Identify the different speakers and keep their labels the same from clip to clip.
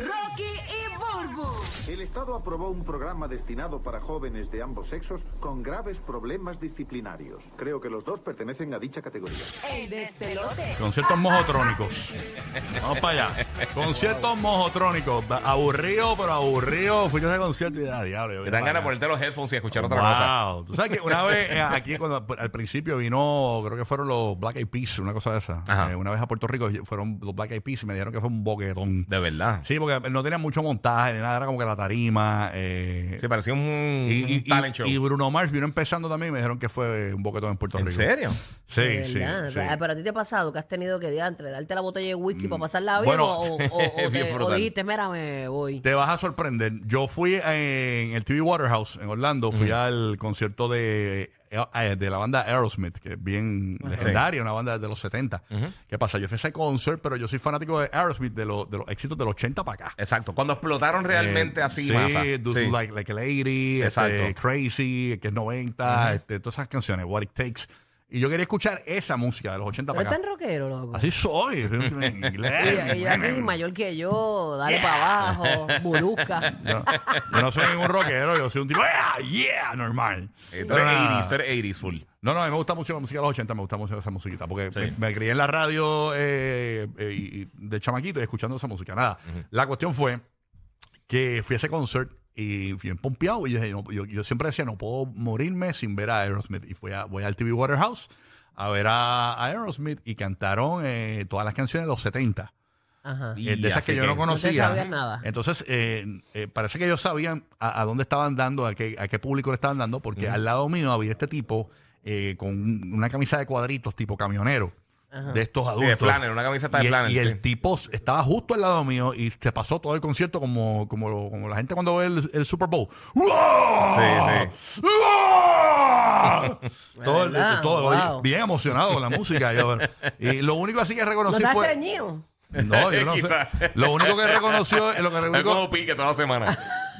Speaker 1: Rocky y Burbu.
Speaker 2: El Estado aprobó un programa destinado para jóvenes de ambos sexos con graves problemas disciplinarios. Creo que los dos pertenecen a dicha categoría.
Speaker 1: El despelote.
Speaker 3: Conciertos mojotrónicos. Vamos para allá. Conciertos mojotrónicos. Ba- Aburrido, pero aburrido. Fui yo a ese concierto y da diablo. yo voy
Speaker 4: Te dan
Speaker 3: para
Speaker 4: ganas de
Speaker 3: allá.
Speaker 4: ponerte los headphones y escuchar otra cosa.
Speaker 3: Wow. Tú sabes que una vez eh, aquí cuando al principio vino, creo que fueron los Black Eyed Peas, una cosa de esa.
Speaker 4: Ajá.
Speaker 3: Eh, una vez a Puerto Rico fueron los Black Eyed Peas y me dijeron que fue un boquetón.
Speaker 4: De verdad.
Speaker 3: Sí, porque no tenían mucho montaje ni nada, era como que la tarima. eh,
Speaker 4: Se parecía un,
Speaker 3: y,
Speaker 4: un
Speaker 3: y-
Speaker 4: talent
Speaker 3: y-
Speaker 4: show.
Speaker 3: y Bruno Mars vino empezando también y me dijeron que fue un boquetón en Puerto
Speaker 4: ¿En
Speaker 3: Rico.
Speaker 4: serio?
Speaker 3: Sí,
Speaker 5: De
Speaker 3: sí.
Speaker 5: verdad.
Speaker 3: sí. Mm.
Speaker 5: Ah, Pero a ti te ha pasado que has tenido que diantre, darte la botella de whisky para pasarla bien
Speaker 3: bueno,
Speaker 5: o, o- o- o
Speaker 4: bien
Speaker 5: te- o
Speaker 4: brutal.
Speaker 5: dijiste, mira, me voy.
Speaker 3: Te vas a sorprender. Yo fui en el TV Waterhouse en Orlando, fui al concierto de, eh, de la banda Aerosmith, que es bien legendaria, una banda de los 70. ¿Qué pasa? Yo fui a ese concert, pero yo soy fanático de Aerosmith, de, los- de los éxitos del 80 para acá.
Speaker 4: Exacto. Cuando explotaron realmente
Speaker 3: Eh,
Speaker 4: así
Speaker 3: sí,
Speaker 4: masa.
Speaker 3: Do-
Speaker 4: Sí.
Speaker 3: Like, Like a Lady,
Speaker 4: Exacto.
Speaker 3: este, Crazy, que es 90, este, todas esas canciones, What It Takes. Y yo quería escuchar esa música de los 80
Speaker 5: Pero
Speaker 3: para
Speaker 5: es tan
Speaker 3: acá.
Speaker 5: rockero, loco.
Speaker 3: Así soy. soy un inglés.
Speaker 5: Y, y yo aquí mayor que yo, dale para abajo, burusca.
Speaker 3: Yo, yo no soy ningún rockero, yo soy un tipo, ¡ah, yeah! Normal.
Speaker 4: Eh, Tú
Speaker 3: Pero
Speaker 4: eres
Speaker 3: nada.
Speaker 4: 80s, tú eres 80s full.
Speaker 3: No, no, a mí me gusta mucho la música de los 80, me gusta mucho esa musiquita, porque
Speaker 4: Sí.
Speaker 3: me, me crié en la radio eh, eh, y- y de chamaquito y escuchando esa música. Nada, la cuestión fue que fui a ese concert y fui en pompeado y yo, dije, no, yo, yo siempre decía, no puedo morirme sin ver a Aerosmith. Y fui a, voy al TV Waterhouse a ver a, a Aerosmith y cantaron eh, todas las canciones de los 70.
Speaker 5: Ajá.
Speaker 4: Y
Speaker 3: Eh, de esas
Speaker 4: así
Speaker 3: que yo no conocía.
Speaker 5: No te sabías nada.
Speaker 3: Entonces, eh, eh, parece que ellos sabían a, a dónde estaban dando, a qué, a qué público le estaban dando, porque al lado mío había este tipo eh, con un- una camisa de cuadritos tipo camionero. De estos adultos.
Speaker 4: flannel, una camiseta de
Speaker 3: Y el-
Speaker 4: flannel,
Speaker 3: Y el
Speaker 4: sí.
Speaker 3: tipo s- estaba justo al lado mío y se pasó todo el concierto como, como, como la gente cuando ve el, el Super Bowl. ¡Uah! ¡Uah! todo, el-
Speaker 5: ¿Verdad?
Speaker 3: todo-
Speaker 5: Wow.
Speaker 3: bien emocionado con la música. yo- y lo único así que
Speaker 5: ¿No
Speaker 3: reconocí
Speaker 5: te has
Speaker 3: fue.
Speaker 5: estreñido?
Speaker 3: No, yo no sé.
Speaker 4: Eh, Quizá.
Speaker 3: Lo único que reconoció, lo que
Speaker 4: Es como
Speaker 3: reconoció,
Speaker 4: pique toda la semana.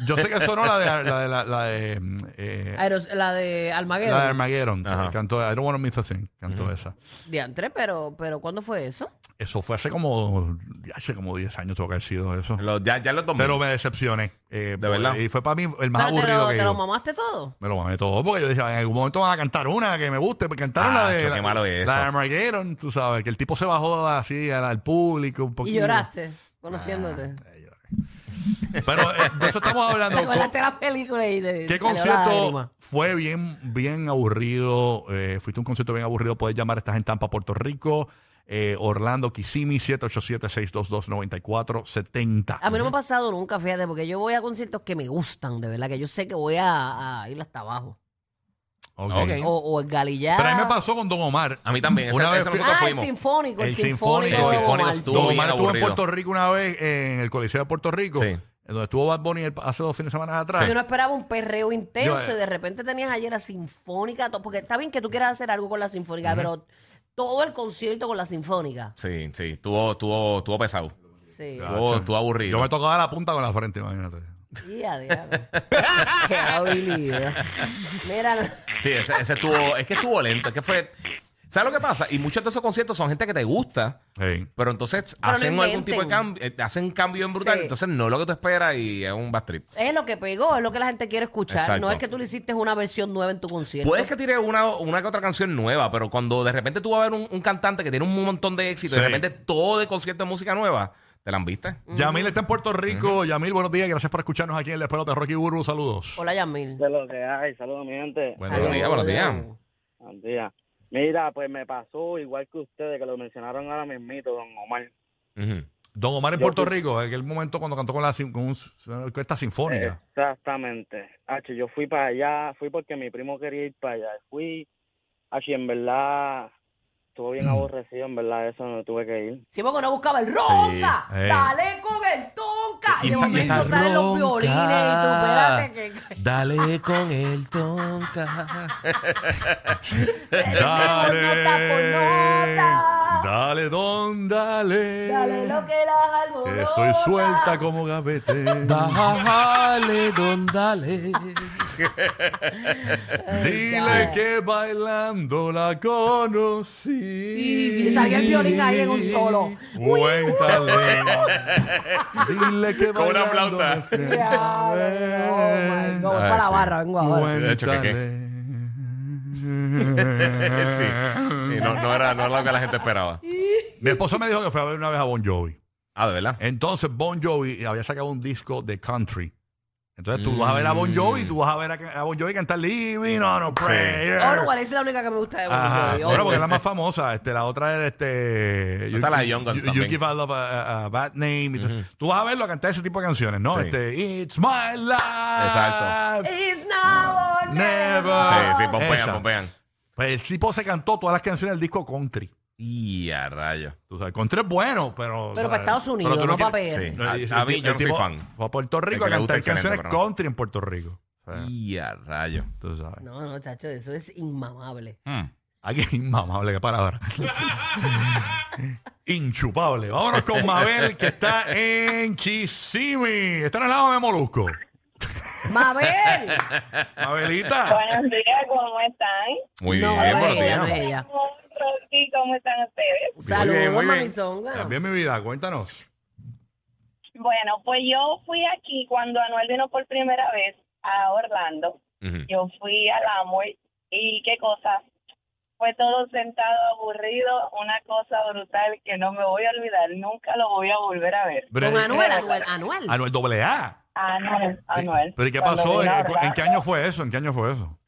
Speaker 3: yo sé que sonó la de la de la, la de, mm, eh,
Speaker 5: Aeros- la de Almaguer.
Speaker 3: la de Armageddon,
Speaker 4: Ajá.
Speaker 3: sí, cantó I don't want to miss a thing, cantó esa.
Speaker 5: Diantre, pero, pero ¿cuándo fue eso?
Speaker 3: Eso fue hace como hace como 10 años tuvo que haber sido eso.
Speaker 4: Los- ya, ya los 2000.
Speaker 3: Pero me decepcioné. eh,
Speaker 4: De verdad.
Speaker 3: Y fue para mí el más
Speaker 5: pero te
Speaker 3: aburrido
Speaker 5: lo,
Speaker 3: que
Speaker 5: te lo
Speaker 3: yo.
Speaker 5: mamaste todo.
Speaker 3: Me lo mamé todo porque yo decía, en algún momento van a cantar una que me guste, porque cantaron la de
Speaker 4: Acho,
Speaker 3: la,
Speaker 4: Ah, qué malo es
Speaker 3: la de
Speaker 4: eso.
Speaker 3: Armageddon, tú sabes, que el tipo se bajó así al, al público un
Speaker 5: Y
Speaker 3: poquito. Ah,
Speaker 5: lloraste, conociéndote.
Speaker 3: Pero eh, de eso estamos hablando.
Speaker 5: ¿Te
Speaker 3: con-
Speaker 5: acordaste de la película y de
Speaker 3: ¿Qué concierto fue bien, bien aburrido? Eh, fuiste a un concierto bien aburrido. Puedes llamar, estás en Tampa, Puerto Rico, eh, Orlando, Kissimmee, 787-622-9470.
Speaker 5: A mí no me ha pasado nunca, fíjate, porque yo voy a conciertos que me gustan, de verdad, que yo sé que voy a, a ir hasta abajo.
Speaker 3: Ok.
Speaker 4: Ok.
Speaker 5: O, o el galillar.
Speaker 3: Pero a mí me pasó con Don Omar.
Speaker 4: A mí también. Ese-
Speaker 3: Una vez
Speaker 4: ese
Speaker 3: fui-
Speaker 4: nosotros
Speaker 5: Ah, el
Speaker 4: fuimos.
Speaker 5: sinfónico, el,
Speaker 3: El sinfónico.
Speaker 5: sinfónico. de
Speaker 3: El
Speaker 5: Omar,
Speaker 4: sinfónico
Speaker 5: sí.
Speaker 4: estuvo
Speaker 3: Don
Speaker 4: bien
Speaker 3: Omar estuvo en
Speaker 4: aburrido.
Speaker 3: Puerto Rico una vez en el Coliseo de Puerto Rico,
Speaker 4: Sí.
Speaker 3: en donde estuvo Bad Bunny el- hace dos fines de semana atrás.
Speaker 5: Yo no esperaba un perreo intenso
Speaker 3: Yo, eh,
Speaker 5: y de repente tenías ayer la sinfónica, to- porque está bien que tú quieras hacer algo con la sinfónica, pero todo el concierto con la sinfónica.
Speaker 4: Sí, sí. Estuvo, estuvo, estuvo pesado.
Speaker 5: Sí.
Speaker 4: Estuvo, Oh, estuvo aburrido.
Speaker 3: Yo me tocaba la punta con la frente, imagínate.
Speaker 5: Día, diablo. Qué habilidad. Mira,
Speaker 4: Sí, ese, ese estuvo. Es que estuvo lento. Es que fue. ¿Sabes lo que pasa? Y muchos de esos conciertos son gente que te gusta.
Speaker 3: Sí.
Speaker 4: Pero entonces
Speaker 5: Pero no
Speaker 4: hacen algún
Speaker 5: inventen.
Speaker 4: tipo de cambio, eh, hacen un cambio en brutal,
Speaker 5: Sí.
Speaker 4: entonces no es lo que tú esperas y es un bad trip.
Speaker 5: es lo que pegó, es lo que la gente quiere escuchar.
Speaker 4: Exacto.
Speaker 5: No es que tú le hiciste una versión nueva en tu concierto.
Speaker 4: Puedes que tire una, una que otra canción nueva, pero cuando de repente tú vas a ver un, un cantante que tiene un montón de éxito y de
Speaker 3: Sí.
Speaker 4: repente todo el concierto de música nueva, ¿te la han visto?
Speaker 3: Yamil está en Puerto Rico. Yamil, buenos días. Gracias por escucharnos aquí en el Despelote Rocky Burbu. Saludos.
Speaker 5: Hola, Yamil.
Speaker 6: De lo que hay, saludos mi gente.
Speaker 3: Buenos
Speaker 4: Buenos
Speaker 3: días.
Speaker 4: días, buenos días.
Speaker 6: Buen día. Mira, pues me pasó igual que ustedes, que lo mencionaron ahora mismito, don Omar.
Speaker 5: Mm.
Speaker 4: Ujú.
Speaker 3: Don Omar en
Speaker 6: Yo
Speaker 3: Puerto
Speaker 6: fui-
Speaker 3: Rico, en aquel momento cuando cantó con, la, sin- con un- una orquesta sinfónica.
Speaker 6: Exactamente. Hacho, yo fui para allá, fui porque mi primo quería ir para allá. Fui, Hacho, y en verdad, estuvo
Speaker 5: Mm.
Speaker 6: bien aborrecido, en verdad, eso no tuve que ir.
Speaker 5: Sí, porque no buscaba el ronca.
Speaker 3: Sí, eh.
Speaker 5: Dale con el tonca. Y de
Speaker 4: Y- y
Speaker 5: momento
Speaker 4: está
Speaker 5: salen los violines y tú,
Speaker 4: ronca.
Speaker 5: espérate que.
Speaker 4: Dale con el tonka.
Speaker 5: Por nota, por nota.
Speaker 3: Dale, don, dale.
Speaker 5: Dale lo que las alborota.
Speaker 3: Estoy suelta como gavete.
Speaker 4: Dale, don, dale.
Speaker 3: Dile que bailando la conocí.
Speaker 5: Y salió el violín ahí en un solo.
Speaker 3: Cuéntale. Dile que
Speaker 4: Con una
Speaker 3: bailando
Speaker 4: flauta.
Speaker 3: me fui a
Speaker 5: Ya,
Speaker 3: ver.
Speaker 5: no, no, no, voy para la
Speaker 4: sí.
Speaker 5: barra, vengo ahora.
Speaker 4: De hecho, que qué. Sí.
Speaker 3: Cuéntale.
Speaker 4: Sí, no, no, era, no era lo que la gente esperaba.
Speaker 3: Mi esposo me dijo que fue a ver una vez a Bon Jovi.
Speaker 4: Ah, de verdad.
Speaker 3: Entonces, Bon Jovi había sacado un disco de country. Entonces, tú vas a ver a Bon Jovi, tú vas a ver a, a Bon Jovi cantar Living on a Prayer.
Speaker 5: Orwell es la única que me gusta de
Speaker 3: Ajá.
Speaker 5: Bon Jovi,
Speaker 3: Bueno, porque es la
Speaker 5: Orwell.
Speaker 3: más famosa. Este, la otra es este.
Speaker 4: Está la de Young Guns
Speaker 3: you, you
Speaker 4: también.
Speaker 3: give a love a, a- a bad name. y todo. Tú vas a verlo cantar ese tipo de canciones, ¿no?
Speaker 4: Sí.
Speaker 3: Este, It's my life.
Speaker 4: Exacto.
Speaker 5: It's now or
Speaker 3: Never.
Speaker 4: Sí, sí,
Speaker 3: Ah, Esa.
Speaker 4: pompean, pompean.
Speaker 3: Pues el tipo se cantó todas las canciones del disco country.
Speaker 4: Y a rayo.
Speaker 3: Tú sabes, country es bueno, pero. o sea,
Speaker 5: Pero para Estados
Speaker 3: pero
Speaker 5: Unidos,
Speaker 3: tú
Speaker 5: no para
Speaker 3: quieres-
Speaker 5: PR.
Speaker 4: Sí.
Speaker 3: No,
Speaker 4: A-
Speaker 3: y-
Speaker 4: a
Speaker 3: el
Speaker 4: mí,
Speaker 3: ti-
Speaker 4: yo
Speaker 3: el
Speaker 4: no soy
Speaker 3: tipo
Speaker 4: fan.
Speaker 3: Fue a Puerto Rico
Speaker 4: que
Speaker 3: a
Speaker 4: le gusta
Speaker 3: cantar
Speaker 4: el talento,
Speaker 3: canciones
Speaker 4: pero no.
Speaker 3: country en Puerto Rico. O sea,
Speaker 4: Y a rayo.
Speaker 3: Tú sabes.
Speaker 5: No, no, chacho, eso es inmamable.
Speaker 4: Mm.
Speaker 3: Aquí es inmamable, qué palabra. Inchupable. Vámonos con Mabel, que está en Kissimmee. Está en el lado de Molusco.
Speaker 5: Mabel.
Speaker 3: Mabelita.
Speaker 7: Buenos días, ¿cómo están?
Speaker 4: Muy
Speaker 5: no,
Speaker 4: bien,
Speaker 5: no
Speaker 4: buenos
Speaker 5: es ella, no es
Speaker 4: días.
Speaker 5: ella.
Speaker 7: Rosy, ¿Cómo están ustedes?
Speaker 5: Saludos,
Speaker 4: bien, muy bien.
Speaker 5: mamizonga.
Speaker 3: También mi vida, cuéntanos.
Speaker 7: Bueno, pues yo fui aquí cuando Anuel vino por primera vez a Orlando.
Speaker 4: Ujú.
Speaker 7: Yo fui al Amway y qué cosa. Fue todo sentado, aburrido, una cosa brutal que no me voy a olvidar. Nunca lo voy a volver a ver.
Speaker 3: Pero-
Speaker 5: Con Anuel, Anuel, Anuel.
Speaker 3: Anuel doble A.
Speaker 7: Anuel, Anuel.
Speaker 3: ¿Pero y qué
Speaker 7: cuando
Speaker 3: pasó?
Speaker 7: vino a
Speaker 3: ¿En, en qué
Speaker 7: Orlando.
Speaker 3: año fue eso? ¿En qué año fue eso?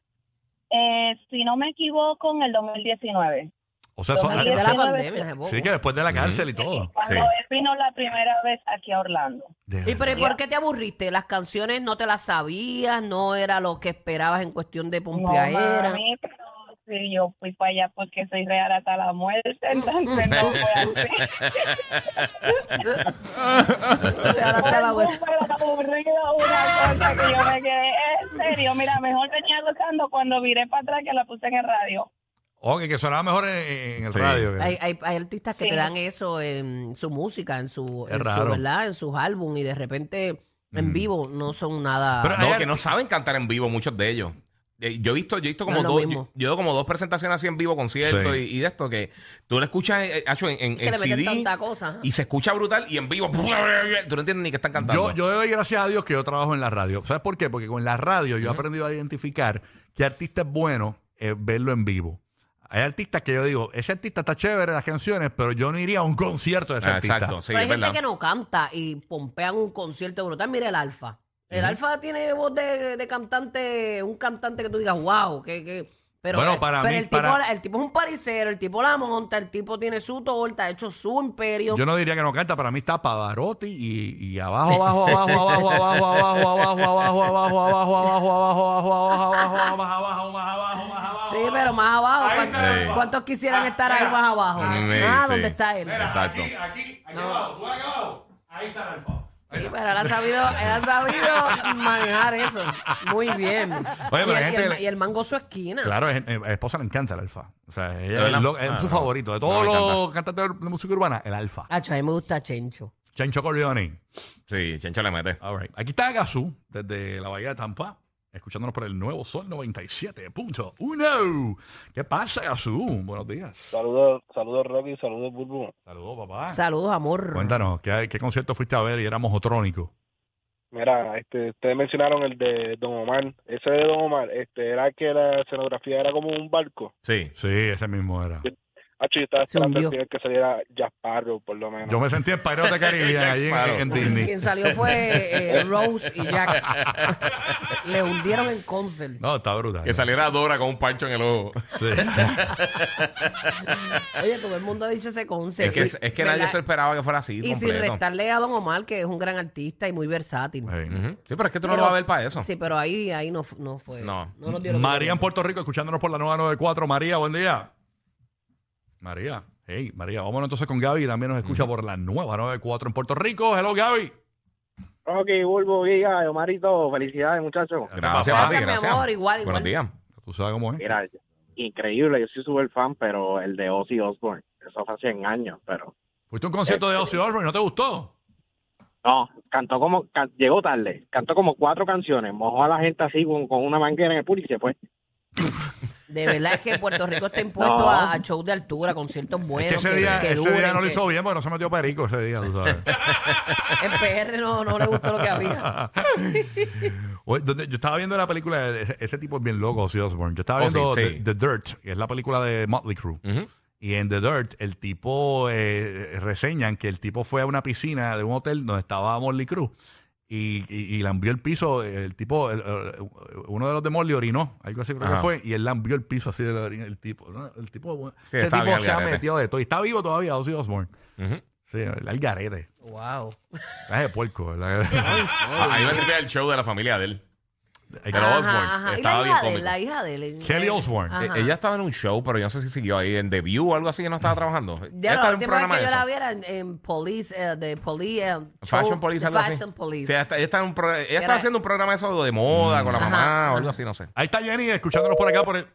Speaker 7: Eh, si no me equivoco, en el 2019.
Speaker 3: O sea, son-
Speaker 5: Antes de la
Speaker 7: Anuel.
Speaker 5: pandemia, de bobo.
Speaker 3: sí que después de la
Speaker 4: Ujú.
Speaker 3: cárcel y todo.
Speaker 7: Cuando
Speaker 4: Sí.
Speaker 7: él vino la primera vez aquí a Orlando.
Speaker 3: De
Speaker 5: ¿Y pero, ¿y
Speaker 3: verdad.
Speaker 5: por qué te aburriste? ¿Las canciones no te las sabías? ¿No era lo que esperabas en cuestión de
Speaker 7: No,
Speaker 5: pompeadera?
Speaker 7: mami, pero sí, yo fui para allá porque soy real hasta la muerte, entonces no fue así.
Speaker 5: Hasta la
Speaker 7: Fue
Speaker 5: vuelta.
Speaker 7: súper aburrido, una cosa que yo me quedé en serio. Mira, mejor venía gozando cuando viré para atrás que la puse en el radio.
Speaker 3: Ok, que sonaba mejor en, en el
Speaker 4: Sí.
Speaker 3: radio.
Speaker 5: hay, hay, hay artistas que
Speaker 7: Sí.
Speaker 5: te dan eso en su música, en su,
Speaker 3: Es
Speaker 5: en su,
Speaker 3: raro.
Speaker 5: ¿verdad? En sus álbumes y de repente
Speaker 3: Mm.
Speaker 5: en vivo no son nada.
Speaker 3: Pero-
Speaker 4: Ah, No, que no saben cantar en vivo muchos de ellos. Eh, Yo he visto, yo he visto como
Speaker 5: No es lo
Speaker 4: dos, yo,
Speaker 5: mismo.
Speaker 4: yo he dado como dos presentaciones así en vivo, conciertos
Speaker 3: Sí.
Speaker 4: y, y de esto que tú lo escuchas eh, hacho, en, en-
Speaker 5: es que
Speaker 4: en
Speaker 5: le meten
Speaker 4: CD
Speaker 5: tanta cosa. ajá.
Speaker 4: y se escucha brutal y en vivo tú no entiendes ni que están cantando.
Speaker 3: Yo, yo doy gracias a Dios que yo trabajo en la radio. ¿Sabes por qué? Porque con la radio yo he aprendido a identificar qué artista es bueno eh, verlo en vivo. Hay artistas que yo digo, ese artista está chévere las canciones, pero yo no iría a un concierto de ese
Speaker 4: Ah,
Speaker 3: artista.
Speaker 4: exacto, sí,
Speaker 5: Pero hay
Speaker 4: es verdad.
Speaker 5: gente que no canta y pompean un concierto brutal. Mira el Alfa. El Alfa tiene voz de, de cantante, un cantante que tú digas, wow, que... que... Pero,
Speaker 3: Bueno, para
Speaker 5: pero
Speaker 3: mí,
Speaker 5: el, tipo,
Speaker 3: para-
Speaker 5: el tipo es un paricero, el tipo la monta, el tipo tiene su torta, ha hecho su imperio.
Speaker 3: Yo no diría que no canta, para mí está Pavarotti y, y abajo, abajo, abajo, abajo, abajo, abajo, abajo, abajo, abajo, abajo, abajo, abajo, abajo, abajo, abajo, abajo, más abajo, más abajo, más abajo.
Speaker 5: Sí, pero más abajo.
Speaker 3: Ahí
Speaker 5: ¿cuántos,
Speaker 4: está. Sí.
Speaker 5: cuántos quisieran estar ahí más abajo?
Speaker 3: Mm,
Speaker 5: ah,
Speaker 4: Mm, Sí, sí.
Speaker 5: ¿dónde está él?
Speaker 4: Exacto.
Speaker 3: aquí, aquí
Speaker 5: No. abajo,
Speaker 3: tú abajo. Ahí está el alfa.
Speaker 5: Sí, pero él ha sabido, él ha sabido manejar eso. Muy bien.
Speaker 3: pero
Speaker 5: y, el,
Speaker 3: la gente
Speaker 5: y el-
Speaker 3: le-
Speaker 5: y el mango su esquina.
Speaker 3: Claro, es- eh, a la esposa le encanta el alfa. O sea, ella
Speaker 4: ¿De
Speaker 3: es,
Speaker 4: verdad?
Speaker 3: lo- es
Speaker 4: Ah,
Speaker 3: su
Speaker 4: no.
Speaker 3: favorito. De
Speaker 4: No,
Speaker 3: todos
Speaker 4: me
Speaker 3: los cantantes de música urbana, el alfa.
Speaker 5: Acho, a mí me gusta Chencho.
Speaker 3: Chancho Corleone.
Speaker 4: Sí, Chencho le mete.
Speaker 3: All right. Aquí está Gazú, desde la Bahía de Tampa, escuchándonos por el nuevo Sol 97.1. ¿Qué pasa, Gazú? Buenos días.
Speaker 6: Saludos, saludos Rocky, saludos Burbu.
Speaker 3: Saludos, papá.
Speaker 5: Saludos, amor.
Speaker 3: Cuéntanos, ¿qué, ¿qué concierto fuiste a ver y éramos otrónicos?
Speaker 6: Mira, este, ustedes mencionaron el de Don Omar. Ese de Don Omar, este, era que la escenografía era como un barco.
Speaker 4: Sí.
Speaker 3: Sí, ese mismo era.
Speaker 6: Hacho, yo estaba
Speaker 5: Se
Speaker 6: esperando al
Speaker 5: hundió.
Speaker 6: final que saliera Jack Sparrow, por lo menos.
Speaker 3: Yo me sentí en Pirates de Caribbean, allí en, en Disney.
Speaker 5: Quien salió fue eh, Rose y Jack. Le hundieron en concert.
Speaker 3: No, está brutal.
Speaker 4: Que saliera Dora con un pancho en el ojo.
Speaker 3: Sí.
Speaker 5: Oye, todo el mundo ha dicho ese concert.
Speaker 4: Es que, es que nadie
Speaker 5: ¿Verdad?
Speaker 4: se esperaba que fuera así.
Speaker 5: Y sin
Speaker 4: completo.
Speaker 5: restarle a Don Omar, que es un gran artista y muy versátil.
Speaker 3: Sí.
Speaker 4: Ujú. Sí, pero es que tú no
Speaker 5: Pero-
Speaker 4: lo vas a ver para eso.
Speaker 5: Sí, pero ahí, ahí no, fu- no fue.
Speaker 4: No.
Speaker 5: nos dio
Speaker 3: María
Speaker 5: lo que
Speaker 3: en
Speaker 5: queríamos.
Speaker 3: Puerto Rico, escuchándonos por la 994. María, buen día. María, hey, María, vámonos entonces con Gaby, también nos escucha por la nueva 94 en Puerto Rico. Hello, Gaby.
Speaker 6: Ok, Burbu, Giga, Omarito, felicidades, muchachos.
Speaker 4: Gracias,
Speaker 3: Papá.
Speaker 4: papi,
Speaker 5: Gracias, mi amor, igual, igual.
Speaker 4: Buenos días.
Speaker 3: Tú sabes cómo es.
Speaker 6: Mira, increíble, yo soy súper fan, pero el de Ozzy Osbourne. Eso fue hace 100 años, pero.
Speaker 3: Fuiste a un concierto de Ozzy Osbourne y no te gustó.
Speaker 6: No, cantó como. can- llegó tarde. Cantó como cuatro canciones. Mojó a la gente así con, con una manguera en el público y se fue.
Speaker 5: De verdad es que Puerto Rico está impuesto
Speaker 6: No.
Speaker 5: a, a shows de altura, conciertos
Speaker 3: Es que
Speaker 5: buenos.
Speaker 3: ese día,
Speaker 5: que
Speaker 3: ese
Speaker 5: duren,
Speaker 3: día no lo
Speaker 5: que-
Speaker 3: hizo bien porque no se metió perico ese día, tú sabes.
Speaker 5: En PR no, no le gustó lo que había.
Speaker 3: Oye, donde- yo estaba viendo la película, de- ese, ese tipo es bien loco, Ozzy Osbourne. Yo estaba
Speaker 4: Oh,
Speaker 3: viendo
Speaker 4: sí, sí.
Speaker 3: The, The Dirt, que es la película de Motley Crue.
Speaker 4: Ujú.
Speaker 3: Y en The Dirt, el tipo, eh, reseñan que el tipo fue a una piscina de un hotel donde estaba Motley Crue y, y, y lambió el piso, el tipo, el- el- uno de los de Motley orinó, algo así creo que
Speaker 4: Ajá.
Speaker 3: fue, y él lambió el piso así de la orina, el tipo, ¿no? el tipo,
Speaker 4: Sí,
Speaker 3: ese
Speaker 4: está
Speaker 3: tipo
Speaker 4: bien al
Speaker 3: se ha
Speaker 4: garete.
Speaker 3: metido de todo, y está vivo todavía Ozzy Osbourne.
Speaker 4: Ujú.
Speaker 3: Sí, el garete,
Speaker 5: Wow.
Speaker 3: traje de puerco, ¿verdad?
Speaker 4: Ah, ahí me tripea el show de la familia de él.
Speaker 3: Hay-
Speaker 4: Pero-
Speaker 5: Ajá,
Speaker 4: Osbourne
Speaker 5: ajá. Y
Speaker 4: estaba
Speaker 5: la
Speaker 4: bien
Speaker 5: hija de él,
Speaker 4: cómico.
Speaker 5: la hija de él.
Speaker 3: Kelly Osbourne.
Speaker 5: Ajá.
Speaker 4: E- Ella estaba en un show, pero yo no sé si siguió ahí en The View o algo así que no estaba trabajando.
Speaker 5: Ya
Speaker 4: Ella
Speaker 5: la
Speaker 4: estaba en un
Speaker 5: última vez
Speaker 4: programa
Speaker 5: que
Speaker 4: de
Speaker 5: yo la
Speaker 4: eso.
Speaker 5: vi era en, en Police, eh, de Police. eh, show-
Speaker 4: Fashion Police,
Speaker 5: de
Speaker 4: algo así.
Speaker 5: Fashion Police.
Speaker 4: Sí, ella está- ella estaba en un pro- ella estaba
Speaker 5: Era-
Speaker 4: haciendo un programa de eso de moda con la
Speaker 5: Ajá,
Speaker 4: mamá o
Speaker 5: ajá.
Speaker 4: algo así, no sé.
Speaker 3: Ahí está Jenny escuchándonos por acá por el.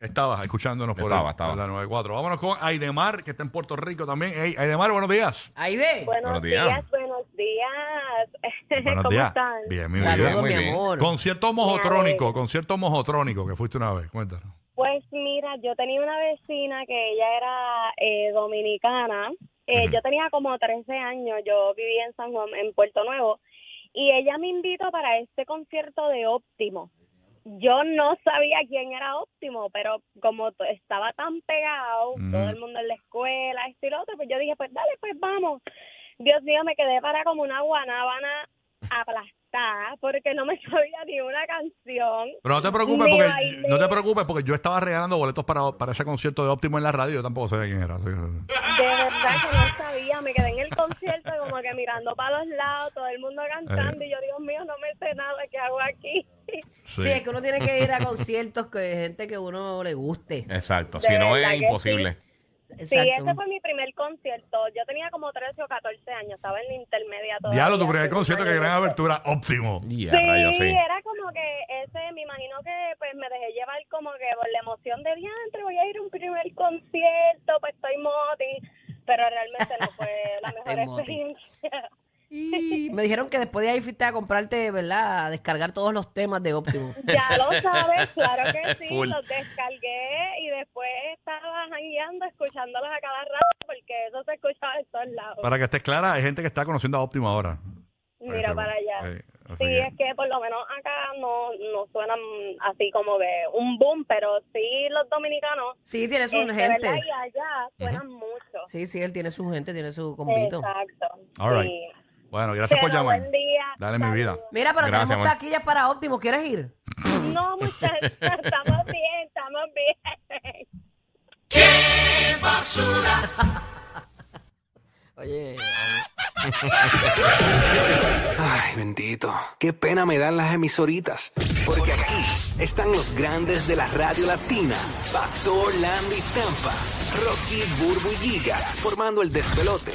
Speaker 3: Estaba escuchándonos por,
Speaker 4: Estaba,
Speaker 3: el-
Speaker 4: estaba.
Speaker 3: por la 94. Vámonos con Aidemar, que está en Puerto Rico también. Hey, Aidemar, buenos días.
Speaker 5: Ahí ve.
Speaker 4: Buenos
Speaker 8: Buenos
Speaker 4: días.
Speaker 8: días. buenos días.
Speaker 3: Buenos
Speaker 8: ¿Cómo
Speaker 3: días.
Speaker 8: están?
Speaker 3: Bien, mi
Speaker 4: Saludos.
Speaker 3: vida.
Speaker 5: Saludos,
Speaker 4: muy
Speaker 5: mi
Speaker 4: bien.
Speaker 5: amor.
Speaker 3: Concierto mojotrónico, concierto mojotrónico que fuiste una vez. Cuéntanos.
Speaker 8: Pues mira, yo tenía una vecina que ella era eh, dominicana. Eh,
Speaker 4: Ujú.
Speaker 8: Yo tenía como 13 años, yo vivía en San Juan, en Puerto Nuevo, y ella me invitó para este concierto de Óptimo. Yo no sabía quién era Óptimo, pero como to- estaba tan pegado,
Speaker 3: Ujú.
Speaker 8: todo el mundo en la escuela, esto y lo otro, pues yo dije, pues dale, pues vamos. Dios mío, me quedé para como una guanábana aplastada, porque no me sabía ni una canción.
Speaker 3: Pero no te preocupes
Speaker 8: Me
Speaker 3: porque
Speaker 8: bailé.
Speaker 3: no te preocupes porque yo estaba regalando boletos para, para ese concierto de Óptimo en la radio. Yo tampoco sabía quién era. así que-
Speaker 8: De verdad que no sabía, me quedé en el concierto como que mirando para los lados, todo el mundo cantando y yo, Dios mío, no me sé nada, ¿qué hago aquí?
Speaker 5: Sí. es que uno tiene que ir a conciertos que gente que uno le guste.
Speaker 4: Exacto.
Speaker 8: De
Speaker 4: Si no
Speaker 8: verdad
Speaker 4: es
Speaker 8: que sí.
Speaker 4: imposible.
Speaker 8: Sí,
Speaker 5: Exacto.
Speaker 8: ese fue mi primer concierto, yo tenía como 13 o 14 años, estaba en la intermedia todavía.
Speaker 3: Diablo, tu primer
Speaker 8: hace
Speaker 3: concierto,
Speaker 8: un
Speaker 3: que
Speaker 8: año
Speaker 3: gran
Speaker 8: y eso.
Speaker 3: abertura, óptimo.
Speaker 4: Y a rayos,
Speaker 8: Sí,
Speaker 4: sí.
Speaker 8: era como que ese, me imagino que pues me dejé llevar como que por la emoción de diantre, voy a ir a un primer concierto, pues estoy moti, pero realmente no fue la
Speaker 5: Estoy
Speaker 8: mejor
Speaker 5: moti.
Speaker 8: experiencia.
Speaker 5: Y me dijeron que después de ahí fuiste a comprarte, ¿verdad? A descargar todos los temas de Optimum.
Speaker 8: Ya lo sabes, claro que sí,
Speaker 4: Full.
Speaker 8: los descargué y después estaba jangueando, escuchándolos a cada rato porque eso se escuchaba en todos lados.
Speaker 3: Para que estés clara, hay gente que está conociendo a Óptimo ahora.
Speaker 8: Mira
Speaker 3: Eso,
Speaker 8: para allá.
Speaker 3: eh, así
Speaker 8: Sí,
Speaker 3: que-
Speaker 8: es que por lo menos acá no, no suenan así como que un boom, pero sí los dominicanos,
Speaker 5: Sí, tiene su
Speaker 8: este,
Speaker 5: gente.
Speaker 8: ¿verdad? Y allá suenan mucho.
Speaker 5: Sí, sí, él tiene su gente, tiene su convito.
Speaker 8: Exacto.
Speaker 3: All right.
Speaker 8: sí.
Speaker 3: Bueno, gracias por
Speaker 8: Pero
Speaker 3: llamar.
Speaker 8: buen día.
Speaker 3: Dale mi vida.
Speaker 5: Mira, pero
Speaker 4: Gracias,
Speaker 5: tenemos
Speaker 4: amor.
Speaker 5: taquillas para Optimus. ¿Quieres ir?
Speaker 8: No, muchachos, estamos bien, estamos bien.
Speaker 5: Oye.
Speaker 9: Ay, bendito. Qué pena me dan las emisoritas. Porque aquí están los grandes de la radio latina. Factor Land y Tampa. Rocky, Burbu y Giga. Formando el despelote.